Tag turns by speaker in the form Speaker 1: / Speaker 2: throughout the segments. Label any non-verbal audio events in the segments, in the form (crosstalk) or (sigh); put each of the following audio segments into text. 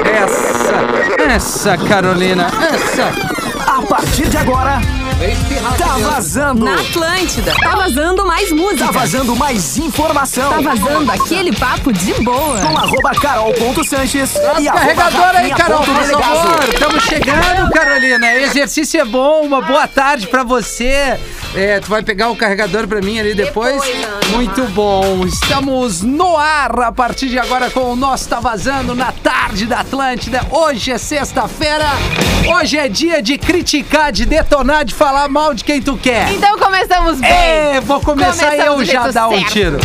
Speaker 1: Essa, essa, Carolina, essa.
Speaker 2: A partir de agora, tá vazando!
Speaker 3: Na Atlântida. Tá vazando mais música.
Speaker 2: Tá vazando mais informação!
Speaker 3: Tá vazando aquele papo de boa.
Speaker 2: Com arroba carol.sanches e arroba
Speaker 1: Carregador aí,
Speaker 2: rafinha
Speaker 1: Carol,
Speaker 2: ponto
Speaker 1: por
Speaker 2: delegado.
Speaker 1: favor. Estamos chegando, Carolina. Exercício é bom, uma boa tarde pra você. É, tu vai pegar o carregador pra mim ali depois?
Speaker 3: Depois, Ana.
Speaker 1: Muito bom. Estamos no ar a partir de agora com o nosso Tá Vazando na tarde da Atlântida. Hoje é sexta-feira. Hoje é dia de criticar, de detonar, de falar mal de quem tu quer.
Speaker 4: Então começamos bem.
Speaker 1: É, vou começar
Speaker 4: Começamos
Speaker 1: eu
Speaker 4: do
Speaker 1: já
Speaker 4: jeito
Speaker 1: dar um
Speaker 4: certo.
Speaker 1: tiro.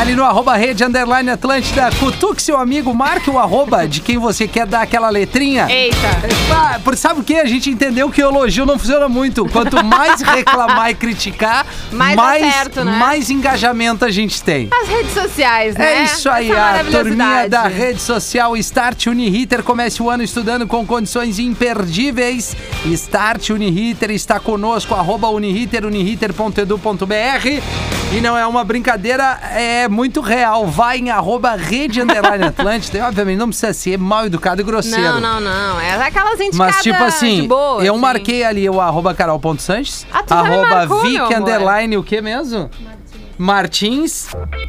Speaker 1: Ali no arroba rede underline Atlântida, cutuque seu amigo, marque o arroba de quem você quer dar aquela letrinha.
Speaker 4: Eita.
Speaker 1: Ah, por, sabe o que? A gente entendeu que o elogio não funciona muito. Quanto mais (laughs) reclamar e criticar,
Speaker 4: Mais dá certo, né?
Speaker 1: mais engajamento a gente tem.
Speaker 4: As redes sociais, né?
Speaker 1: É isso aí,
Speaker 4: Essa
Speaker 1: a turminha
Speaker 4: maravilhosidade.
Speaker 1: da rede social Start Uniriter começa o ano estudando com condições imperdíveis. Start Uniriter está conosco, arroba Uniriter, uniriter.edu.br. E não é uma brincadeira, é muito real. Vai em arroba rede underline (laughs) Atlântida. E, Obviamente não precisa ser mal educado e grosseiro.
Speaker 4: Não, não, não. É aquelas indicadas
Speaker 1: Mas, tipo assim,
Speaker 4: de boa,
Speaker 1: eu
Speaker 4: assim.
Speaker 1: marquei ali o arroba carol.sanches,
Speaker 4: Ah, tu já me
Speaker 1: arroba
Speaker 4: marcou, meu
Speaker 1: Vic
Speaker 4: amor.
Speaker 1: underline, o que mesmo? Martins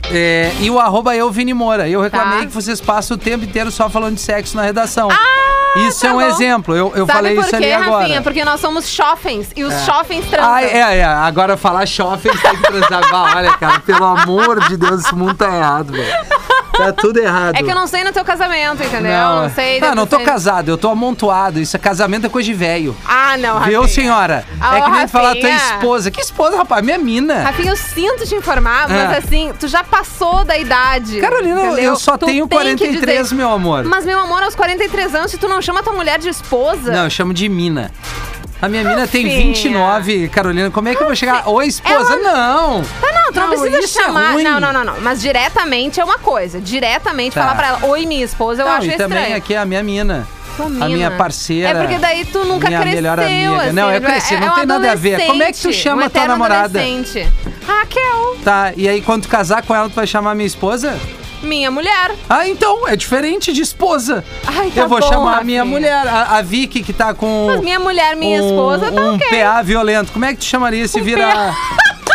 Speaker 1: é, e o arroba eu Vini Moura. Eu reclamei
Speaker 4: Tá.
Speaker 1: que vocês passam o tempo inteiro só falando de sexo na redação.
Speaker 4: Ah,
Speaker 1: isso
Speaker 4: tá
Speaker 1: é um
Speaker 4: bom.
Speaker 1: exemplo. Eu, eu
Speaker 4: Sabe
Speaker 1: falei
Speaker 4: por
Speaker 1: isso
Speaker 4: quê,
Speaker 1: ali
Speaker 4: Rafinha?
Speaker 1: agora.
Speaker 4: Porque nós somos chofens e os chofens transam.
Speaker 1: Ah, é, é. Agora falar shopping tem que transar. Bah, Olha, cara, pelo amor de Deus, esse mundo tá errado, velho. Tá tudo errado.
Speaker 4: É que eu não sei no teu casamento, entendeu? Não, sei.
Speaker 1: Ah,
Speaker 4: deve
Speaker 1: não tô
Speaker 4: ser-
Speaker 1: casado, eu tô amontoado. Isso é casamento é coisa de velho.
Speaker 4: Ah, não, Rafinha.
Speaker 1: Viu, senhora?
Speaker 4: Ah,
Speaker 1: é
Speaker 4: ô,
Speaker 1: que nem tu falar tua
Speaker 4: Rafinha.
Speaker 1: esposa. Que esposa, rapaz? Minha mina.
Speaker 4: Rafinha, eu sinto te informar,
Speaker 1: Ah.
Speaker 4: mas assim, tu já passou da idade.
Speaker 1: Carolina, eu-
Speaker 4: entendeu?
Speaker 1: eu só
Speaker 4: Tu
Speaker 1: tenho
Speaker 4: tem que dizer-
Speaker 1: 43, meu amor.
Speaker 4: Mas, meu amor, aos 43 anos, se tu não chama tua mulher de esposa.
Speaker 1: Não, eu chamo de mina. A minha mina tem
Speaker 4: Rafinha.
Speaker 1: 29, Carolina. Como é que eu vou chegar? Ô, esposa,
Speaker 4: Ela-
Speaker 1: não!
Speaker 4: Tá, não, tu não,
Speaker 1: Não,
Speaker 4: precisa
Speaker 1: isso é
Speaker 4: chamar.
Speaker 1: ruim.
Speaker 4: não, não, não, não. Mas diretamente é uma coisa. Diretamente
Speaker 1: Tá.
Speaker 4: falar pra ela, oi, minha esposa, eu
Speaker 1: não,
Speaker 4: acho
Speaker 1: e também
Speaker 4: estranho.
Speaker 1: aqui é a minha mina.
Speaker 4: Tua
Speaker 1: A
Speaker 4: mina.
Speaker 1: minha parceira.
Speaker 4: É porque daí tu nunca
Speaker 1: minha
Speaker 4: cresceu.
Speaker 1: melhor amiga.
Speaker 4: assim,
Speaker 1: Não, eu
Speaker 4: tu é-
Speaker 1: cresci,
Speaker 4: é
Speaker 1: não
Speaker 4: um
Speaker 1: tem nada a ver. Como é que tu
Speaker 4: adolescente,
Speaker 1: chama
Speaker 4: um
Speaker 1: a tua
Speaker 4: eterno
Speaker 1: namorada?
Speaker 4: adolescente. Raquel,
Speaker 1: Tá, e aí quando tu casar com ela, tu vai chamar minha esposa?
Speaker 4: minha mulher.
Speaker 1: Ah, então, é diferente de esposa.
Speaker 4: Ai, tá
Speaker 1: eu vou
Speaker 4: bom,
Speaker 1: chamar a minha
Speaker 4: Rafinha.
Speaker 1: mulher, a, a Vicky, que tá com.
Speaker 4: Mas minha mulher, minha
Speaker 1: um-
Speaker 4: esposa, tá
Speaker 1: um
Speaker 4: ok. Um
Speaker 1: PA violento. Como é que tu chamaria se vira. (laughs)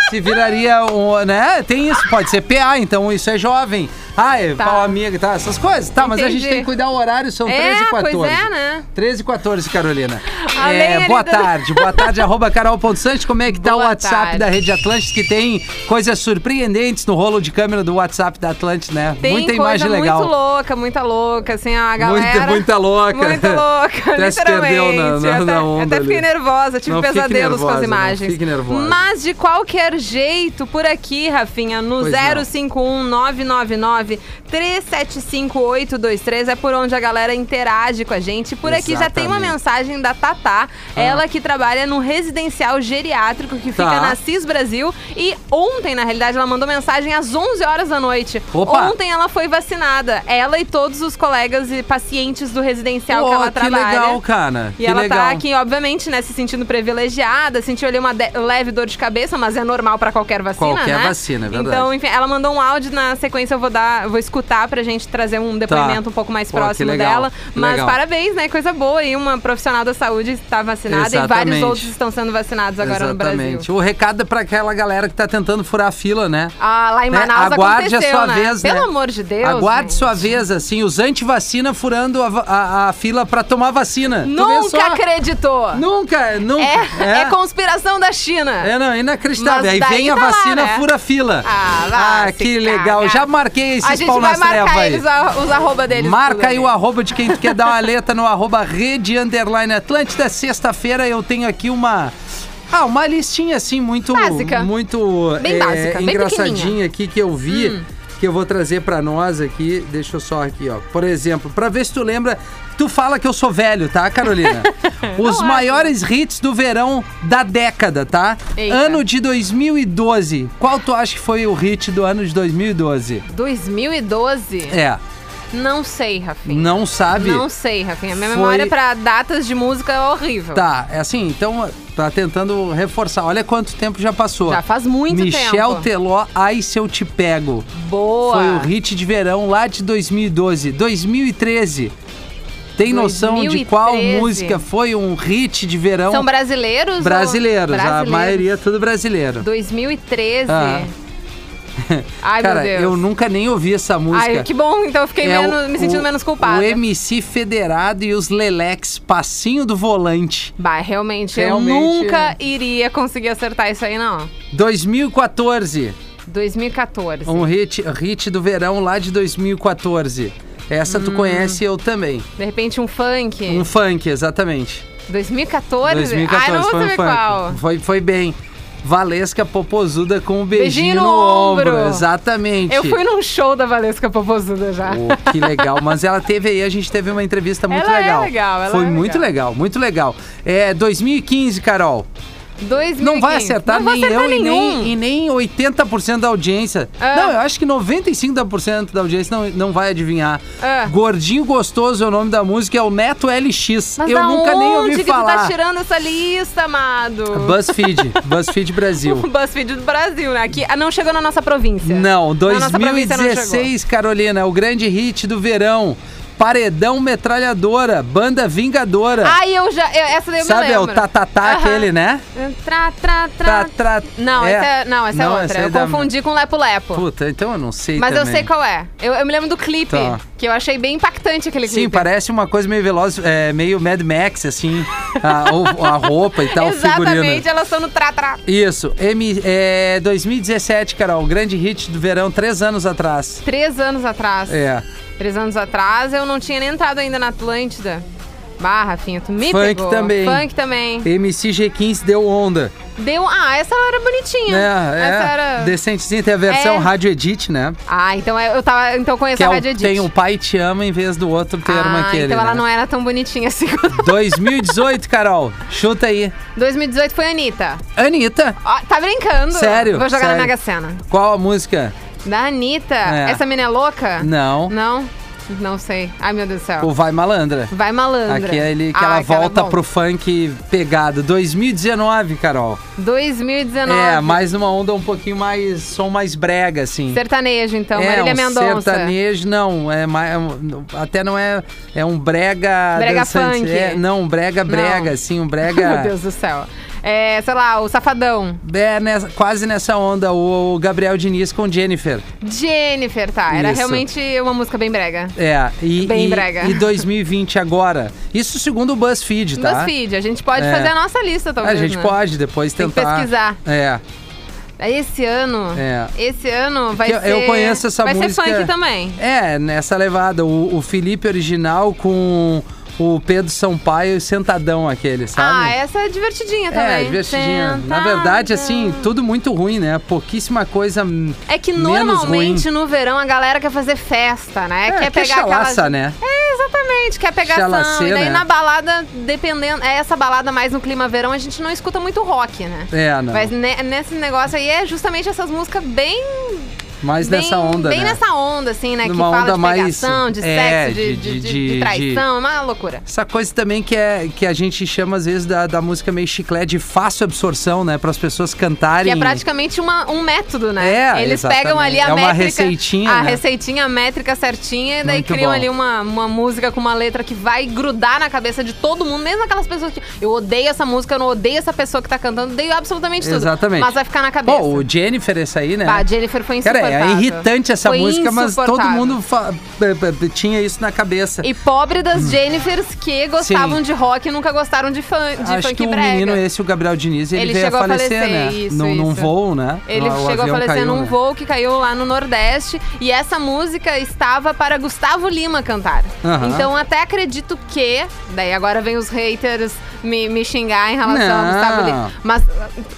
Speaker 1: Se viraria um. Né? Tem isso, pode ser PA, então isso é jovem. Ah, é
Speaker 4: Tá.
Speaker 1: pau amigo e tal, essas coisas. Tá, mas a gente
Speaker 4: Entendi.
Speaker 1: tem que cuidar o horário, são
Speaker 4: É,
Speaker 1: 13 e 14.
Speaker 4: pois é, né?
Speaker 1: 13 e 14,
Speaker 4: (laughs)
Speaker 1: Carolina.
Speaker 4: Além
Speaker 1: É,
Speaker 4: ali
Speaker 1: boa
Speaker 4: do-
Speaker 1: tarde, boa tarde, arroba carol.sante. Como é que tá o
Speaker 4: Boa
Speaker 1: WhatsApp
Speaker 4: tarde.
Speaker 1: da Rede Atlântica, que tem coisas surpreendentes no rolo de câmera do WhatsApp da Atlântica, né?
Speaker 4: Tem
Speaker 1: Muita
Speaker 4: coisa
Speaker 1: imagem legal.
Speaker 4: muito louca, muita louca, assim, a galera...
Speaker 1: Muita, muita
Speaker 4: (laughs)
Speaker 1: louca.
Speaker 4: Muito louca,
Speaker 1: Até se
Speaker 4: literalmente.
Speaker 1: perdeu na- na-
Speaker 4: Eu até,
Speaker 1: na
Speaker 4: eu
Speaker 1: onda
Speaker 4: até
Speaker 1: ali.
Speaker 4: fiquei nervosa, tive
Speaker 1: Não fique
Speaker 4: pesadelos com
Speaker 1: nervosa,
Speaker 4: as
Speaker 1: não
Speaker 4: imagens.
Speaker 1: fique nervosa.
Speaker 4: Mas de qualquer jeito, por aqui, Rafinha, no
Speaker 1: Pois é. não.
Speaker 4: 051-999-375823 é por onde a galera interage com a gente. Por aqui já tem uma
Speaker 1: Exatamente. Ah.
Speaker 4: mensagem da Tatá, ela que trabalha no residencial geriátrico que fica
Speaker 1: Tá.
Speaker 4: na Cis Brasil. E ontem, na realidade, ela mandou mensagem às 11 horas da noite.
Speaker 1: Opa!
Speaker 4: Ontem ela foi vacinada. Ela e todos os colegas e pacientes do residencial que
Speaker 1: Ó,
Speaker 4: ela trabalha.
Speaker 1: legal, cara.
Speaker 4: E
Speaker 1: que
Speaker 4: ela
Speaker 1: legal.
Speaker 4: tá aqui, obviamente, né, se sentindo privilegiada, sentiu ali uma de- leve dor de cabeça, mas é normal pra qualquer vacina,
Speaker 1: Qualquer
Speaker 4: né?
Speaker 1: vacina, é verdade.
Speaker 4: Então, enfim, ela mandou um áudio, na sequência eu vou dar, eu vou escutar pra gente trazer um depoimento um pouco mais
Speaker 1: Tá. Pô, que
Speaker 4: próximo
Speaker 1: legal,
Speaker 4: dela.
Speaker 1: que
Speaker 4: Mas
Speaker 1: legal.
Speaker 4: parabéns, né? Coisa boa aí, uma profissional da saúde está vacinada e vários
Speaker 1: Exatamente.
Speaker 4: outros estão sendo vacinados agora no Brasil.
Speaker 1: O recado é pra aquela galera que tá tentando furar a fila, né?
Speaker 4: Ah, lá em
Speaker 1: Né?
Speaker 4: Manaus
Speaker 1: Aguarde
Speaker 4: aconteceu,
Speaker 1: a sua
Speaker 4: né?
Speaker 1: vez, né?
Speaker 4: Pelo amor de Deus.
Speaker 1: Aguarde
Speaker 4: gente.
Speaker 1: sua vez, assim, os anti-vacina furando a, va- a- a fila pra tomar vacina. Tu vê
Speaker 4: Nunca
Speaker 1: só?
Speaker 4: acreditou.
Speaker 1: Nunca, nunca.
Speaker 4: É, é conspiração da China.
Speaker 1: É, não, inacreditável.
Speaker 4: Mas
Speaker 1: Aí
Speaker 4: daí
Speaker 1: vem a
Speaker 4: tá lá,
Speaker 1: vacina,
Speaker 4: né?
Speaker 1: fura a fila.
Speaker 4: Ah, vá se
Speaker 1: que legal.
Speaker 4: cagar.
Speaker 1: Já marquei
Speaker 4: A
Speaker 1: esses
Speaker 4: gente
Speaker 1: pau
Speaker 4: vai
Speaker 1: nas trevas
Speaker 4: marcar
Speaker 1: aí.
Speaker 4: eles, a- os arroba deles. tudo
Speaker 1: Marca aí
Speaker 4: ali.
Speaker 1: o arroba de quem tu quer dar uma letra no arroba rede underline Atlântida. Sexta-feira eu tenho aqui uma. Ah, uma listinha assim muito.
Speaker 4: Básica.
Speaker 1: Muito. eh,
Speaker 4: Bem básica, bem
Speaker 1: engraçadinha
Speaker 4: pequenininha. Hum.
Speaker 1: aqui que eu vi. Que eu vou trazer pra nós aqui. Deixa eu só aqui, ó. Por exemplo, pra ver se tu lembra. Tu fala que eu sou velho, tá,
Speaker 4: (laughs)
Speaker 1: Carolina? Os maiores hits do verão da década, tá?
Speaker 4: Eita.
Speaker 1: Ano de 2012. Qual tu acha que foi o hit do ano de 2012?
Speaker 4: 2012?
Speaker 1: É.
Speaker 4: Não sei, Rafinha.
Speaker 1: Não sabe?
Speaker 4: Não sei, Rafinha. Minha
Speaker 1: Foi-
Speaker 4: memória pra datas de música é horrível.
Speaker 1: Tá, é assim, então tá tentando reforçar. Olha quanto tempo já passou.
Speaker 4: Já faz muito
Speaker 1: Michel
Speaker 4: tempo.
Speaker 1: Teló, Ai Se Eu Te Pego.
Speaker 4: Boa.
Speaker 1: Foi o hit de verão lá de 2012. 2013. Tem noção de qual
Speaker 4: 2013?
Speaker 1: música foi um hit de verão?
Speaker 4: São brasileiros? ou-
Speaker 1: brasileiros,
Speaker 4: Brasileiros.
Speaker 1: a maioria é tudo brasileiro.
Speaker 4: 2013.
Speaker 1: Ah.
Speaker 4: (laughs) Ai,
Speaker 1: Cara,
Speaker 4: meu Deus.
Speaker 1: eu nunca nem ouvi essa música.
Speaker 4: Ai, que bom, então eu fiquei
Speaker 1: É
Speaker 4: menos- me sentindo menos culpada.
Speaker 1: O MC Federado e os Lelex, passinho do volante.
Speaker 4: Bah, realmente,
Speaker 1: Realmente, é.
Speaker 4: eu nunca iria conseguir acertar isso aí, não.
Speaker 1: 2014,
Speaker 4: 2014.
Speaker 1: um hit, hit do verão lá de 2014. Essa
Speaker 4: Hum.
Speaker 1: tu conhece eu também.
Speaker 4: De repente, um funk.
Speaker 1: Um funk, exatamente.
Speaker 4: 2014?
Speaker 1: 2014
Speaker 4: Ai, Ah, não vou
Speaker 1: foi um
Speaker 4: saber
Speaker 1: funk.
Speaker 4: qual.
Speaker 1: Foi, foi bem. Valesca Popozuda com um beijinho,
Speaker 4: Beijinho no
Speaker 1: ombro.
Speaker 4: ombro.
Speaker 1: Exatamente.
Speaker 4: Eu fui num show da Valesca Popozuda já.
Speaker 1: Oh, que legal. Mas ela teve aí, a gente teve uma entrevista muito
Speaker 4: Ela é
Speaker 1: legal.
Speaker 4: legal, ela
Speaker 1: Foi
Speaker 4: é
Speaker 1: muito legal, muito legal. É 2015, Carol.
Speaker 4: 2015.
Speaker 1: Não vai acertar
Speaker 4: Não vou
Speaker 1: nem
Speaker 4: acertar
Speaker 1: eu e
Speaker 4: nenhum.
Speaker 1: nem, e nem 80% da audiência.
Speaker 4: Ah.
Speaker 1: Não, eu acho que 95% da audiência não, não vai adivinhar.
Speaker 4: Ah.
Speaker 1: Gordinho Gostoso é o nome da música, é o Neto LX.
Speaker 4: Mas
Speaker 1: eu
Speaker 4: da
Speaker 1: nunca
Speaker 4: onde
Speaker 1: nem ouvi
Speaker 4: que
Speaker 1: falar.
Speaker 4: tu tá tirando essa lista, amado?
Speaker 1: BuzzFeed, BuzzFeed Brasil.
Speaker 4: O BuzzFeed do Brasil, né? Aqui, ah, não chegou na (laughs) nossa província.
Speaker 1: Não,
Speaker 4: Na nossa província não
Speaker 1: 2016, Carolina, o grande hit do verão. Paredão Metralhadora, Banda Vingadora.
Speaker 4: Ai, eu já. eu- essa daí eu
Speaker 1: Sabe,
Speaker 4: me
Speaker 1: é o
Speaker 4: lembro.
Speaker 1: tatatá
Speaker 4: Aham.
Speaker 1: aquele, né?
Speaker 4: Tra, tra, tra.
Speaker 1: Tá, tá-
Speaker 4: Não, essa é, não, essa é outra.
Speaker 1: aí
Speaker 4: eu
Speaker 1: dá-
Speaker 4: confundi com Lepo Lepo.
Speaker 1: Puta, então eu não sei
Speaker 4: Mas eu
Speaker 1: também.
Speaker 4: sei qual é. Eu, eu me lembro do clipe,
Speaker 1: Tá.
Speaker 4: que eu achei bem impactante aquele clipe.
Speaker 1: Sim, parece uma coisa meio veloz, é, meio Mad Max, assim, a, o- a roupa e tal, o
Speaker 4: (laughs) Exatamente,
Speaker 1: tá um figurino.
Speaker 4: elas estão no tra-tra.
Speaker 1: Isso, M, é, 2017, Carol, grande hit do verão, três anos atrás.
Speaker 4: Três anos atrás.
Speaker 1: É,
Speaker 4: Três anos atrás, eu não tinha nem entrado ainda na Atlântida. Barra, Rafinha, tu me
Speaker 1: Funk
Speaker 4: pegou.
Speaker 1: também.
Speaker 4: Funk também.
Speaker 1: MC G15 deu onda.
Speaker 4: Deu... Ah, essa era bonitinha.
Speaker 1: É, é,
Speaker 4: Essa era...
Speaker 1: decentezinha, tem a versão
Speaker 4: É.
Speaker 1: Rádio Edit, né?
Speaker 4: Ah, então eu, eu tava... Então eu conheço
Speaker 1: Que é
Speaker 4: a
Speaker 1: o
Speaker 4: Rádio Edith.
Speaker 1: tem o pai te ama em vez do outro termo
Speaker 4: ah,
Speaker 1: aquele,
Speaker 4: então ela
Speaker 1: né?
Speaker 4: não (laughs) era tão bonitinha assim.
Speaker 1: 2018, Carol, chuta aí.
Speaker 4: 2018 foi a (laughs) Anitta.
Speaker 1: Anitta,
Speaker 4: Ó, tá brincando?
Speaker 1: Sério?
Speaker 4: Vou jogar
Speaker 1: Sério.
Speaker 4: na Mega Sena.
Speaker 1: qual a música?
Speaker 4: Da Anitta.
Speaker 1: É.
Speaker 4: Essa menina é louca?
Speaker 1: Não,
Speaker 4: Não? Não sei. Ai, meu Deus do céu.
Speaker 1: o Vai Malandra.
Speaker 4: Vai malandra.
Speaker 1: Aquele é que
Speaker 4: Ah,
Speaker 1: ela volta
Speaker 4: bom.
Speaker 1: pro funk pegado. 2019, Carol.
Speaker 4: 2019.
Speaker 1: É, mais uma onda um pouquinho mais. som mais brega, assim.
Speaker 4: Sertanejo, então.
Speaker 1: é,
Speaker 4: Marília
Speaker 1: um
Speaker 4: Mendonça.
Speaker 1: sertanejo, não, é mais, é um- até não é, é um brega
Speaker 4: Brega
Speaker 1: dançante.
Speaker 4: funk.
Speaker 1: É, não, um brega brega,
Speaker 4: Não.
Speaker 1: assim, um
Speaker 4: (laughs) Meu
Speaker 1: brega
Speaker 4: Deus do céu. É, sei lá, o Safadão.
Speaker 1: é nessa- quase nessa onda, o, o Gabriel Diniz com Jennifer.
Speaker 4: Jennifer, tá. Era
Speaker 1: Isso.
Speaker 4: realmente uma música bem brega.
Speaker 1: É, e,
Speaker 4: Bem
Speaker 1: e,
Speaker 4: brega.
Speaker 1: e 2020 agora. Isso segundo o
Speaker 4: (laughs)
Speaker 1: BuzzFeed, tá?
Speaker 4: BuzzFeed, a gente pode
Speaker 1: É.
Speaker 4: fazer a nossa lista,
Speaker 1: A
Speaker 4: talvez,
Speaker 1: gente
Speaker 4: né?
Speaker 1: pode depois
Speaker 4: Tem que
Speaker 1: tentar.
Speaker 4: pesquisar.
Speaker 1: É.
Speaker 4: Esse ano,
Speaker 1: É.
Speaker 4: esse ano vai
Speaker 1: Que eu-
Speaker 4: ser...
Speaker 1: eu conheço essa
Speaker 4: vai
Speaker 1: música-
Speaker 4: ser funk também.
Speaker 1: É, nessa levada. O, o Felipe original com o Pedro Sampaio e Sentadão aquele, sabe?
Speaker 4: Ah, essa é divertidinha também.
Speaker 1: É, divertidinha. Na verdade, assim, tudo muito ruim, né? Pouquíssima coisa. hum,
Speaker 4: É que
Speaker 1: menos
Speaker 4: normalmente no verão a galera quer fazer festa, né?
Speaker 1: É,
Speaker 4: quer
Speaker 1: que é
Speaker 4: pegar
Speaker 1: chalaça,
Speaker 4: aquela...
Speaker 1: né?
Speaker 4: É, exatamente, quer pegação.
Speaker 1: Chalaceira,
Speaker 4: E daí
Speaker 1: né?
Speaker 4: na balada, dependendo... É essa balada mais no clima verão, a gente não escuta muito rock, né?
Speaker 1: É, não.
Speaker 4: Mas
Speaker 1: Mas,
Speaker 4: ne- nesse negócio aí é justamente essas músicas bem... bem,
Speaker 1: nessa onda,
Speaker 4: Bem
Speaker 1: né?
Speaker 4: nessa onda, assim, né?
Speaker 1: Numa
Speaker 4: que fala
Speaker 1: onda
Speaker 4: de
Speaker 1: mais-
Speaker 4: pegação, de
Speaker 1: é,
Speaker 4: sexo,
Speaker 1: de-
Speaker 4: de, de,
Speaker 1: de-
Speaker 4: de- de
Speaker 1: de-
Speaker 4: traição, é uma loucura.
Speaker 1: Essa coisa também que, é, que a gente chama, às vezes, da, da música meio chiclete de fácil absorção, né? Para as pessoas
Speaker 4: Que
Speaker 1: cantarem.
Speaker 4: é praticamente uma- um método, né?
Speaker 1: É,
Speaker 4: Eles
Speaker 1: exatamente.
Speaker 4: pegam ali a
Speaker 1: É uma
Speaker 4: métrica.
Speaker 1: receitinha,
Speaker 4: A
Speaker 1: né?
Speaker 4: receitinha, a métrica certinha, e daí
Speaker 1: Muito
Speaker 4: criam
Speaker 1: bom.
Speaker 4: ali uma, uma música com uma letra que vai grudar na cabeça de todo mundo, mesmo aquelas pessoas que. Eu odeio essa música, eu não odeio essa pessoa que tá cantando, odeio absolutamente tudo.
Speaker 1: Exatamente.
Speaker 4: Mas vai ficar na cabeça.
Speaker 1: Pô, o Jennifer, essa aí, né?
Speaker 4: Bah, a Jennifer foi
Speaker 1: Cara,
Speaker 4: insuportável.
Speaker 1: é irritante essa
Speaker 4: Foi
Speaker 1: música, mas todo
Speaker 4: insuportável.
Speaker 1: mundo fa- b- b- b- tinha isso na cabeça.
Speaker 4: E pobre das Jennifers que gostavam
Speaker 1: Sim.
Speaker 4: de rock e nunca gostaram de, fun de
Speaker 1: Acho
Speaker 4: funk
Speaker 1: que o
Speaker 4: brega.
Speaker 1: menino esse, o Gabriel Diniz, ele,
Speaker 4: Ele
Speaker 1: veio a
Speaker 4: chegou a
Speaker 1: falecer, né?
Speaker 4: falecer, isso,
Speaker 1: num, num
Speaker 4: isso.
Speaker 1: voo, né?
Speaker 4: Ele
Speaker 1: O- o
Speaker 4: chegou a
Speaker 1: avião
Speaker 4: falecer
Speaker 1: caiu,
Speaker 4: num
Speaker 1: né?
Speaker 4: voo que caiu lá no Nordeste. E essa música estava para Gustavo Lima cantar.
Speaker 1: Aham.
Speaker 4: Então até acredito que. Daí agora vem os haters me, me xingar em relação ao
Speaker 1: Não.
Speaker 4: Gustavo Lima. Mas,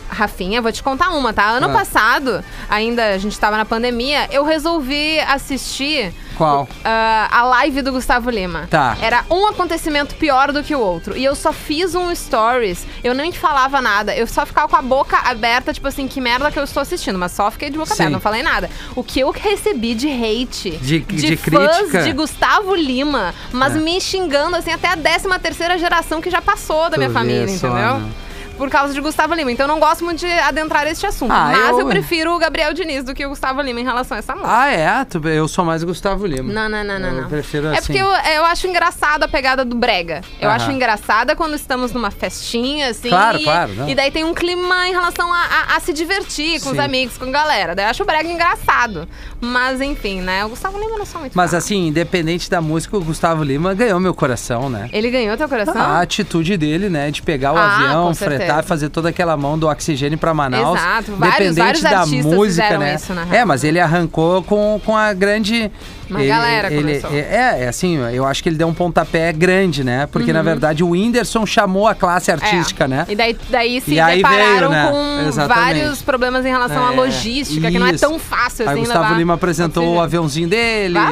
Speaker 4: Rafinha, vou te contar uma, tá? Ano
Speaker 1: Ah.
Speaker 4: passado, ainda a gente estava na pandemia, eu resolvi assistir.
Speaker 1: Qual?
Speaker 4: ah, a live do Gustavo Lima.
Speaker 1: Tá.
Speaker 4: Era um acontecimento pior do que o outro. E eu só fiz um stories. Eu nem falava nada. Eu só ficava com a boca aberta, tipo assim, que merda que eu estou assistindo. Mas só fiquei de boca
Speaker 1: Sim.
Speaker 4: aberta, não falei nada. O que eu recebi de hate,
Speaker 1: De- de
Speaker 4: fãs
Speaker 1: crítica?
Speaker 4: de Gustavo Lima, mas
Speaker 1: É.
Speaker 4: me xingando, assim, até a 13 terceira geração que já passou da
Speaker 1: Tu
Speaker 4: minha
Speaker 1: vê
Speaker 4: família,
Speaker 1: só,
Speaker 4: entendeu?
Speaker 1: né?
Speaker 4: Por causa de Gustavo Lima. Então eu não gosto muito de adentrar este assunto.
Speaker 1: Ah,
Speaker 4: mas
Speaker 1: eu-
Speaker 4: eu... prefiro o Gabriel Diniz do que o Gustavo Lima em relação a essa música.
Speaker 1: Ah, é? Tu- Eu sou mais Gustavo Lima.
Speaker 4: Não, não, não, não.
Speaker 1: Eu
Speaker 4: não.
Speaker 1: prefiro
Speaker 4: É
Speaker 1: assim.
Speaker 4: porque eu, eu acho engraçado a pegada do brega. Eu
Speaker 1: Aham.
Speaker 4: acho engraçada quando estamos numa festinha, assim.
Speaker 1: Claro,
Speaker 4: e,
Speaker 1: claro, não.
Speaker 4: E daí tem um clima em relação a, a- a se divertir com os
Speaker 1: Sim.
Speaker 4: amigos, com a galera. Daí eu acho o brega engraçado. Mas enfim, né? O Gustavo Lima não sou muito.
Speaker 1: Mas
Speaker 4: fã.
Speaker 1: assim, independente da música, o Gustavo Lima ganhou meu coração, né?
Speaker 4: Ele ganhou teu coração?
Speaker 1: A atitude dele, né? De pegar o
Speaker 4: Tá. Ah,
Speaker 1: avião,
Speaker 4: com
Speaker 1: fretar,
Speaker 4: certeza.
Speaker 1: fazer toda aquela mão do oxigênio pra Manaus.
Speaker 4: Exato, vários-
Speaker 1: Dependente
Speaker 4: vários
Speaker 1: da
Speaker 4: artistas
Speaker 1: música,
Speaker 4: fizeram
Speaker 1: né?
Speaker 4: isso, na
Speaker 1: é,
Speaker 4: real.
Speaker 1: mas ele arrancou com, com a grande.
Speaker 4: Uma
Speaker 1: ele-
Speaker 4: galera
Speaker 1: ele-
Speaker 4: começou.
Speaker 1: é, é assim, eu acho que ele deu um pontapé grande, né? Porque na verdade o Whindersson chamou a classe artística,
Speaker 4: Uhum. É.
Speaker 1: né?
Speaker 4: E daí, daí se
Speaker 1: E aí veio,
Speaker 4: depararam
Speaker 1: né?
Speaker 4: com
Speaker 1: Exatamente.
Speaker 4: vários problemas em relação à
Speaker 1: É,
Speaker 4: logística, que não é
Speaker 1: isso.
Speaker 4: tão fácil assim
Speaker 1: Aí o Gustavo
Speaker 4: levar
Speaker 1: Lima apresentou o
Speaker 4: oxigênio.
Speaker 1: aviãozinho dele,
Speaker 4: Bah!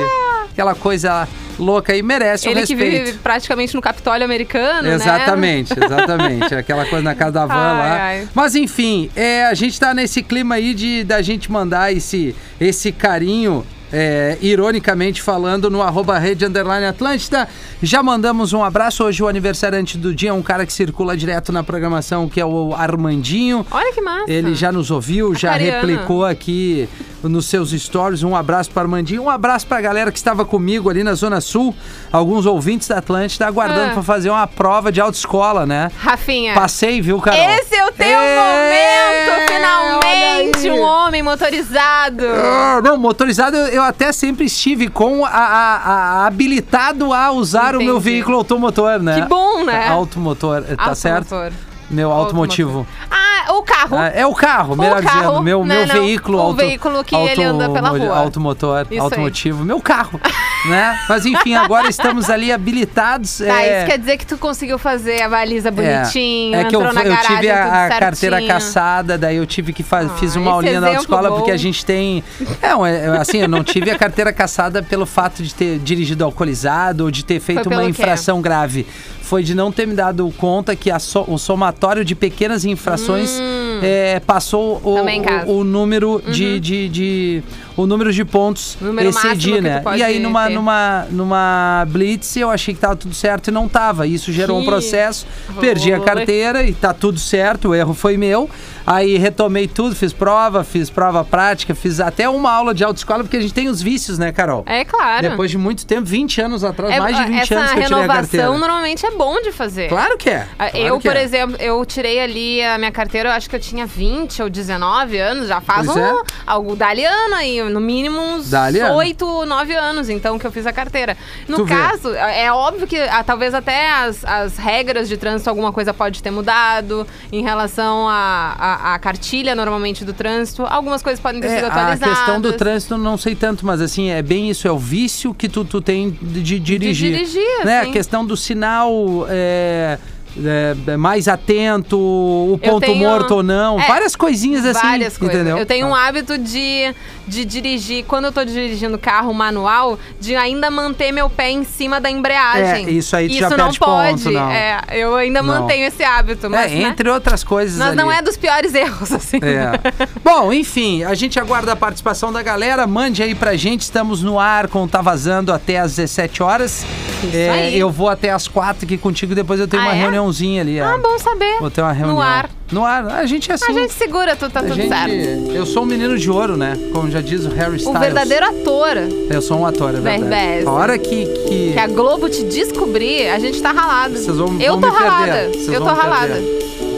Speaker 1: aquela coisa louca e merece o
Speaker 4: Ele que
Speaker 1: respeito.
Speaker 4: vive praticamente no Capitólio americano, né? (laughs)
Speaker 1: Exatamente, exatamente. Aquela coisa na casa da van
Speaker 4: Ai,
Speaker 1: lá.
Speaker 4: ai.
Speaker 1: Mas enfim, é, a gente tá nesse clima aí de da gente mandar esse, esse carinho. é, ironicamente falando no arroba rede underline Atlântida já mandamos um abraço, hoje o aniversariante do dia é um cara que circula direto na programação que é o Armandinho
Speaker 4: Olha que massa.
Speaker 1: ele já nos
Speaker 4: É
Speaker 1: ouviu, já
Speaker 4: Aquariana.
Speaker 1: replicou aqui nos seus stories. Um abraço para Armandinho, um abraço para a galera que estava comigo ali na Zona Sul, alguns ouvintes da Atlântida tá aguardando
Speaker 4: Ah.
Speaker 1: para fazer uma prova de autoescola, né?
Speaker 4: Rafinha.
Speaker 1: Passei, viu, Carol?
Speaker 4: Esse é o teu
Speaker 1: Ê, É, olha
Speaker 4: momento, finalmente!
Speaker 1: aí.
Speaker 4: Um homem motorizado.
Speaker 1: Ah, Não, motorizado eu, eu até sempre estive com a, a- a- habilitado a usar o meu
Speaker 4: Entendi.
Speaker 1: veículo automotor, né?
Speaker 4: Que bom, né?
Speaker 1: Automotor, tá
Speaker 4: Automotor.
Speaker 1: certo? Meu automotivo.
Speaker 4: Ah, o carro.
Speaker 1: Ah, é o carro, melhor
Speaker 4: carro,
Speaker 1: dizendo. Meu,
Speaker 4: né,
Speaker 1: meu
Speaker 4: não.
Speaker 1: veículo.
Speaker 4: O veículo que ele anda pela
Speaker 1: automodi-
Speaker 4: rua.
Speaker 1: Automotor,
Speaker 4: Isso aí.
Speaker 1: automotivo. Meu carro, né? Mas enfim, agora estamos ali habilitados.
Speaker 4: Tá,
Speaker 1: é,
Speaker 4: isso quer dizer que tu conseguiu fazer a baliza bonitinho,
Speaker 1: é que eu,
Speaker 4: entrou na
Speaker 1: eu
Speaker 4: garagem,
Speaker 1: tive
Speaker 4: tudo
Speaker 1: a, a
Speaker 4: certinho.
Speaker 1: carteira caçada, daí eu tive que fazer,
Speaker 4: Ah,
Speaker 1: fiz uma
Speaker 4: esse
Speaker 1: aulinha na
Speaker 4: exemplo
Speaker 1: autoescola,
Speaker 4: bom.
Speaker 1: porque a gente tem. É, um- é, assim, eu não tive a carteira caçada pelo fato de ter dirigido alcoolizado ou de ter feito uma
Speaker 4: pelo quê?
Speaker 1: infração grave. Foi de não ter me dado conta que a so- o somatório de pequenas infrações é, passou o,
Speaker 4: Hum. Também em casa. Uhum.
Speaker 1: o, o número de, de, de- O número de pontos
Speaker 4: Número máximo
Speaker 1: excedi,
Speaker 4: que tu
Speaker 1: né?
Speaker 4: pode
Speaker 1: E aí, numa,
Speaker 4: ter.
Speaker 1: numa, numa blitz, eu achei que tava tudo certo e não tava. Isso gerou um
Speaker 4: Que
Speaker 1: processo, perdi a
Speaker 4: horror.
Speaker 1: carteira carteira e tá tudo certo, o erro foi meu. Aí retomei tudo, fiz prova, fiz prova prática, fiz até uma aula de autoescola, porque a gente tem os vícios, né, Carol?
Speaker 4: É claro.
Speaker 1: Depois de muito tempo, 20 anos atrás,
Speaker 4: É,
Speaker 1: mais de 20
Speaker 4: essa
Speaker 1: anos que eu tirei a carteira.
Speaker 4: renovação normalmente é bom de fazer.
Speaker 1: Claro que é.
Speaker 4: Ah,
Speaker 1: claro
Speaker 4: eu,
Speaker 1: que
Speaker 4: por
Speaker 1: é.
Speaker 4: exemplo, eu tirei ali a minha carteira, eu acho que eu tinha 20 ou 19 anos, já faz
Speaker 1: Pois
Speaker 4: um,
Speaker 1: é.
Speaker 4: algo dali ano aí, no mínimo uns
Speaker 1: Dali ano.
Speaker 4: 8 ou 9 anos, então, que eu fiz a carteira. No
Speaker 1: Tu vê.
Speaker 4: caso, é óbvio que ah, talvez até as, as regras de trânsito, alguma coisa pode ter mudado em relação à à- à cartilha, normalmente, do trânsito. Algumas coisas podem ter
Speaker 1: É,
Speaker 4: sido
Speaker 1: a
Speaker 4: atualizadas.
Speaker 1: questão do trânsito não sei tanto, mas assim, é bem isso, é o vício que tu, tu tem de, de dirigir.
Speaker 4: dirigir,
Speaker 1: né?
Speaker 4: assim.
Speaker 1: A questão do sinal é, é, mais atento, o
Speaker 4: Eu
Speaker 1: ponto
Speaker 4: tenho-
Speaker 1: morto ou não,
Speaker 4: É,
Speaker 1: várias coisinhas assim,
Speaker 4: Várias coisas.
Speaker 1: entendeu?
Speaker 4: Eu tenho
Speaker 1: Ah.
Speaker 4: um hábito de, de dirigir, quando eu tô dirigindo carro manual, de ainda manter meu pé em cima da embreagem.
Speaker 1: É, isso aí tu
Speaker 4: Isso
Speaker 1: já
Speaker 4: não
Speaker 1: perde
Speaker 4: pode.
Speaker 1: ponto, não.
Speaker 4: É, eu ainda
Speaker 1: Não.
Speaker 4: mantenho esse hábito. Mas,
Speaker 1: é,
Speaker 4: né,
Speaker 1: entre outras coisas
Speaker 4: mas
Speaker 1: ali.
Speaker 4: não é dos piores (laughs) erros, assim.
Speaker 1: É. (laughs) Bom, enfim, a gente aguarda a participação da galera. Mande aí pra gente. Estamos no ar com o Tá Vazando até às 17 horas.
Speaker 4: Isso
Speaker 1: É,
Speaker 4: aí.
Speaker 1: Eu vou até às 4 aqui contigo. Depois eu tenho
Speaker 4: Ah,
Speaker 1: uma
Speaker 4: é?
Speaker 1: reuniãozinha ali. é.
Speaker 4: Ah, bom saber.
Speaker 1: Vou ter uma reunião.
Speaker 4: No ar.
Speaker 1: No ar. A gente é assim.
Speaker 4: A gente segura tudo, tá
Speaker 1: A
Speaker 4: tudo
Speaker 1: gente-
Speaker 4: certo.
Speaker 1: Eu sou um menino de ouro, né? Como já diz o Harry Styles.
Speaker 4: O verdadeiro ator
Speaker 1: Eu sou um ator, é verdade.
Speaker 4: Verdade.
Speaker 1: A hora que... que...
Speaker 4: que a Globo te descobrir, a gente tá ralado.
Speaker 1: Vocês vão,
Speaker 4: eu
Speaker 1: vão
Speaker 4: tô
Speaker 1: me perder.
Speaker 4: ralada.
Speaker 1: Vocês
Speaker 4: Eu tô
Speaker 1: vão me perder.
Speaker 4: ralada.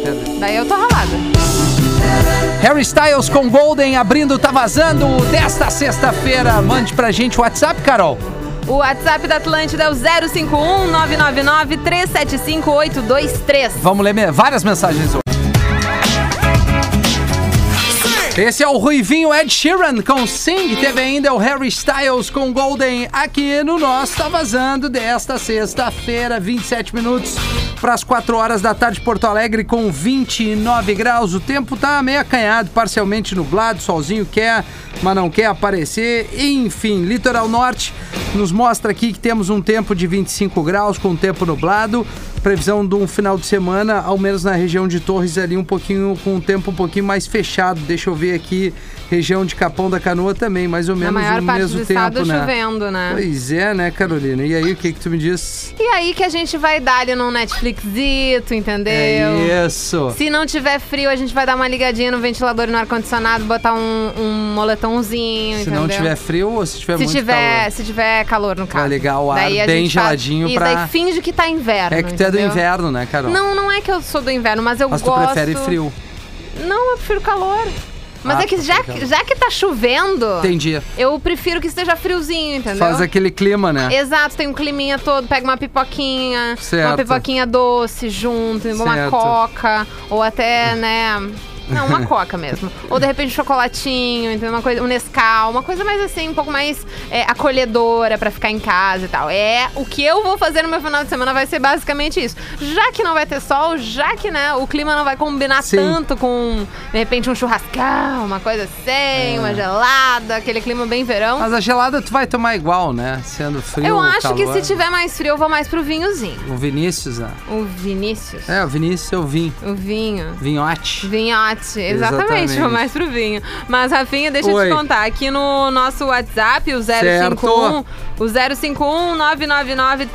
Speaker 1: Perder.
Speaker 4: Daí eu tô ralada.
Speaker 1: Harry Styles com Golden abrindo Tá Vazando desta sexta-feira. Mande pra gente o WhatsApp, Carol.
Speaker 4: O WhatsApp da Atlântida é o 051 999 375 823.
Speaker 1: Vamos ler me- várias mensagens hoje. Esse é o Ruivinho Ed Sheeran com Sing. Teve ainda o Harry Styles com Golden aqui no Nós Tá Vazando desta sexta-feira, 27 minutos para as 4 horas da tarde, Porto Alegre com 29 graus. O tempo tá meio acanhado, parcialmente nublado, solzinho quer, mas não quer aparecer. Enfim, Litoral Norte nos mostra aqui que temos um tempo de 25 graus com tempo nublado. Previsão de um final de semana, ao menos na região de Torres ali um pouquinho com um tempo um pouquinho mais fechado. Deixa eu ver aqui região de Capão da Canoa também, mais ou
Speaker 4: Na
Speaker 1: menos
Speaker 4: maior
Speaker 1: o
Speaker 4: parte
Speaker 1: mesmo
Speaker 4: do
Speaker 1: tempo,
Speaker 4: estado
Speaker 1: né?
Speaker 4: chovendo, né?
Speaker 1: Pois é, né, Carolina? E aí, o que que tu me diz?
Speaker 4: E aí que a gente vai dar ali num Netflixito, entendeu?
Speaker 1: É isso.
Speaker 4: Se não tiver frio, a gente vai dar uma ligadinha no ventilador e no ar-condicionado, botar um, um moletomzinho,
Speaker 1: Se
Speaker 4: entendeu?
Speaker 1: não tiver frio ou se tiver
Speaker 4: se
Speaker 1: muito
Speaker 4: tiver,
Speaker 1: calor.
Speaker 4: se tiver calor no carro.
Speaker 1: ligar o ar bem geladinho
Speaker 4: Isso,
Speaker 1: pra-
Speaker 4: daí finge que tá inverno.
Speaker 1: É que tu é do
Speaker 4: entendeu?
Speaker 1: inverno, né, Carol?
Speaker 4: Não, não é que eu sou do inverno, mas eu
Speaker 1: Mas tu
Speaker 4: gosto.
Speaker 1: prefere frio.
Speaker 4: Não, eu prefiro calor. Mas
Speaker 1: Ah,
Speaker 4: é que
Speaker 1: tu
Speaker 4: já,
Speaker 1: prefere
Speaker 4: que- já que tá chovendo,
Speaker 1: Entendi.
Speaker 4: eu prefiro que esteja friozinho, entendeu?
Speaker 1: Faz aquele clima, né?
Speaker 4: Exato, tem um climinha todo, pega uma pipoquinha, uma
Speaker 1: Certo.
Speaker 4: pipoquinha doce junto, uma
Speaker 1: Certo.
Speaker 4: coca, ou até, né? Não, uma coca mesmo. Ou de repente um chocolatinho, entendeu? Uma coisa, um Nescau, uma coisa mais assim, um pouco mais é, acolhedora pra ficar em casa e tal. É, o que eu vou fazer no meu final de semana vai ser basicamente isso. Já que não vai ter sol, já que, né, o clima não vai combinar
Speaker 1: Sim.
Speaker 4: tanto com, de repente, um churrascão, uma coisa
Speaker 1: É.
Speaker 4: assim, uma gelada, aquele clima bem verão.
Speaker 1: Mas a gelada tu vai tomar igual, né? Sendo frio.
Speaker 4: Eu
Speaker 1: ou
Speaker 4: acho que
Speaker 1: calor.
Speaker 4: se tiver mais frio, eu vou mais pro vinhozinho.
Speaker 1: O Vinícius, né?
Speaker 4: O Vinícius.
Speaker 1: É, o Vinícius eu vim.
Speaker 4: O vinho.
Speaker 1: Vinhote.
Speaker 4: Vinhote, exatamente,
Speaker 1: Exatamente.
Speaker 4: vou mais pro vinho. Mas, Rafinha, deixa
Speaker 1: Oi.
Speaker 4: eu te contar. Aqui no nosso WhatsApp, o 051,
Speaker 1: Certo.
Speaker 4: o 051 999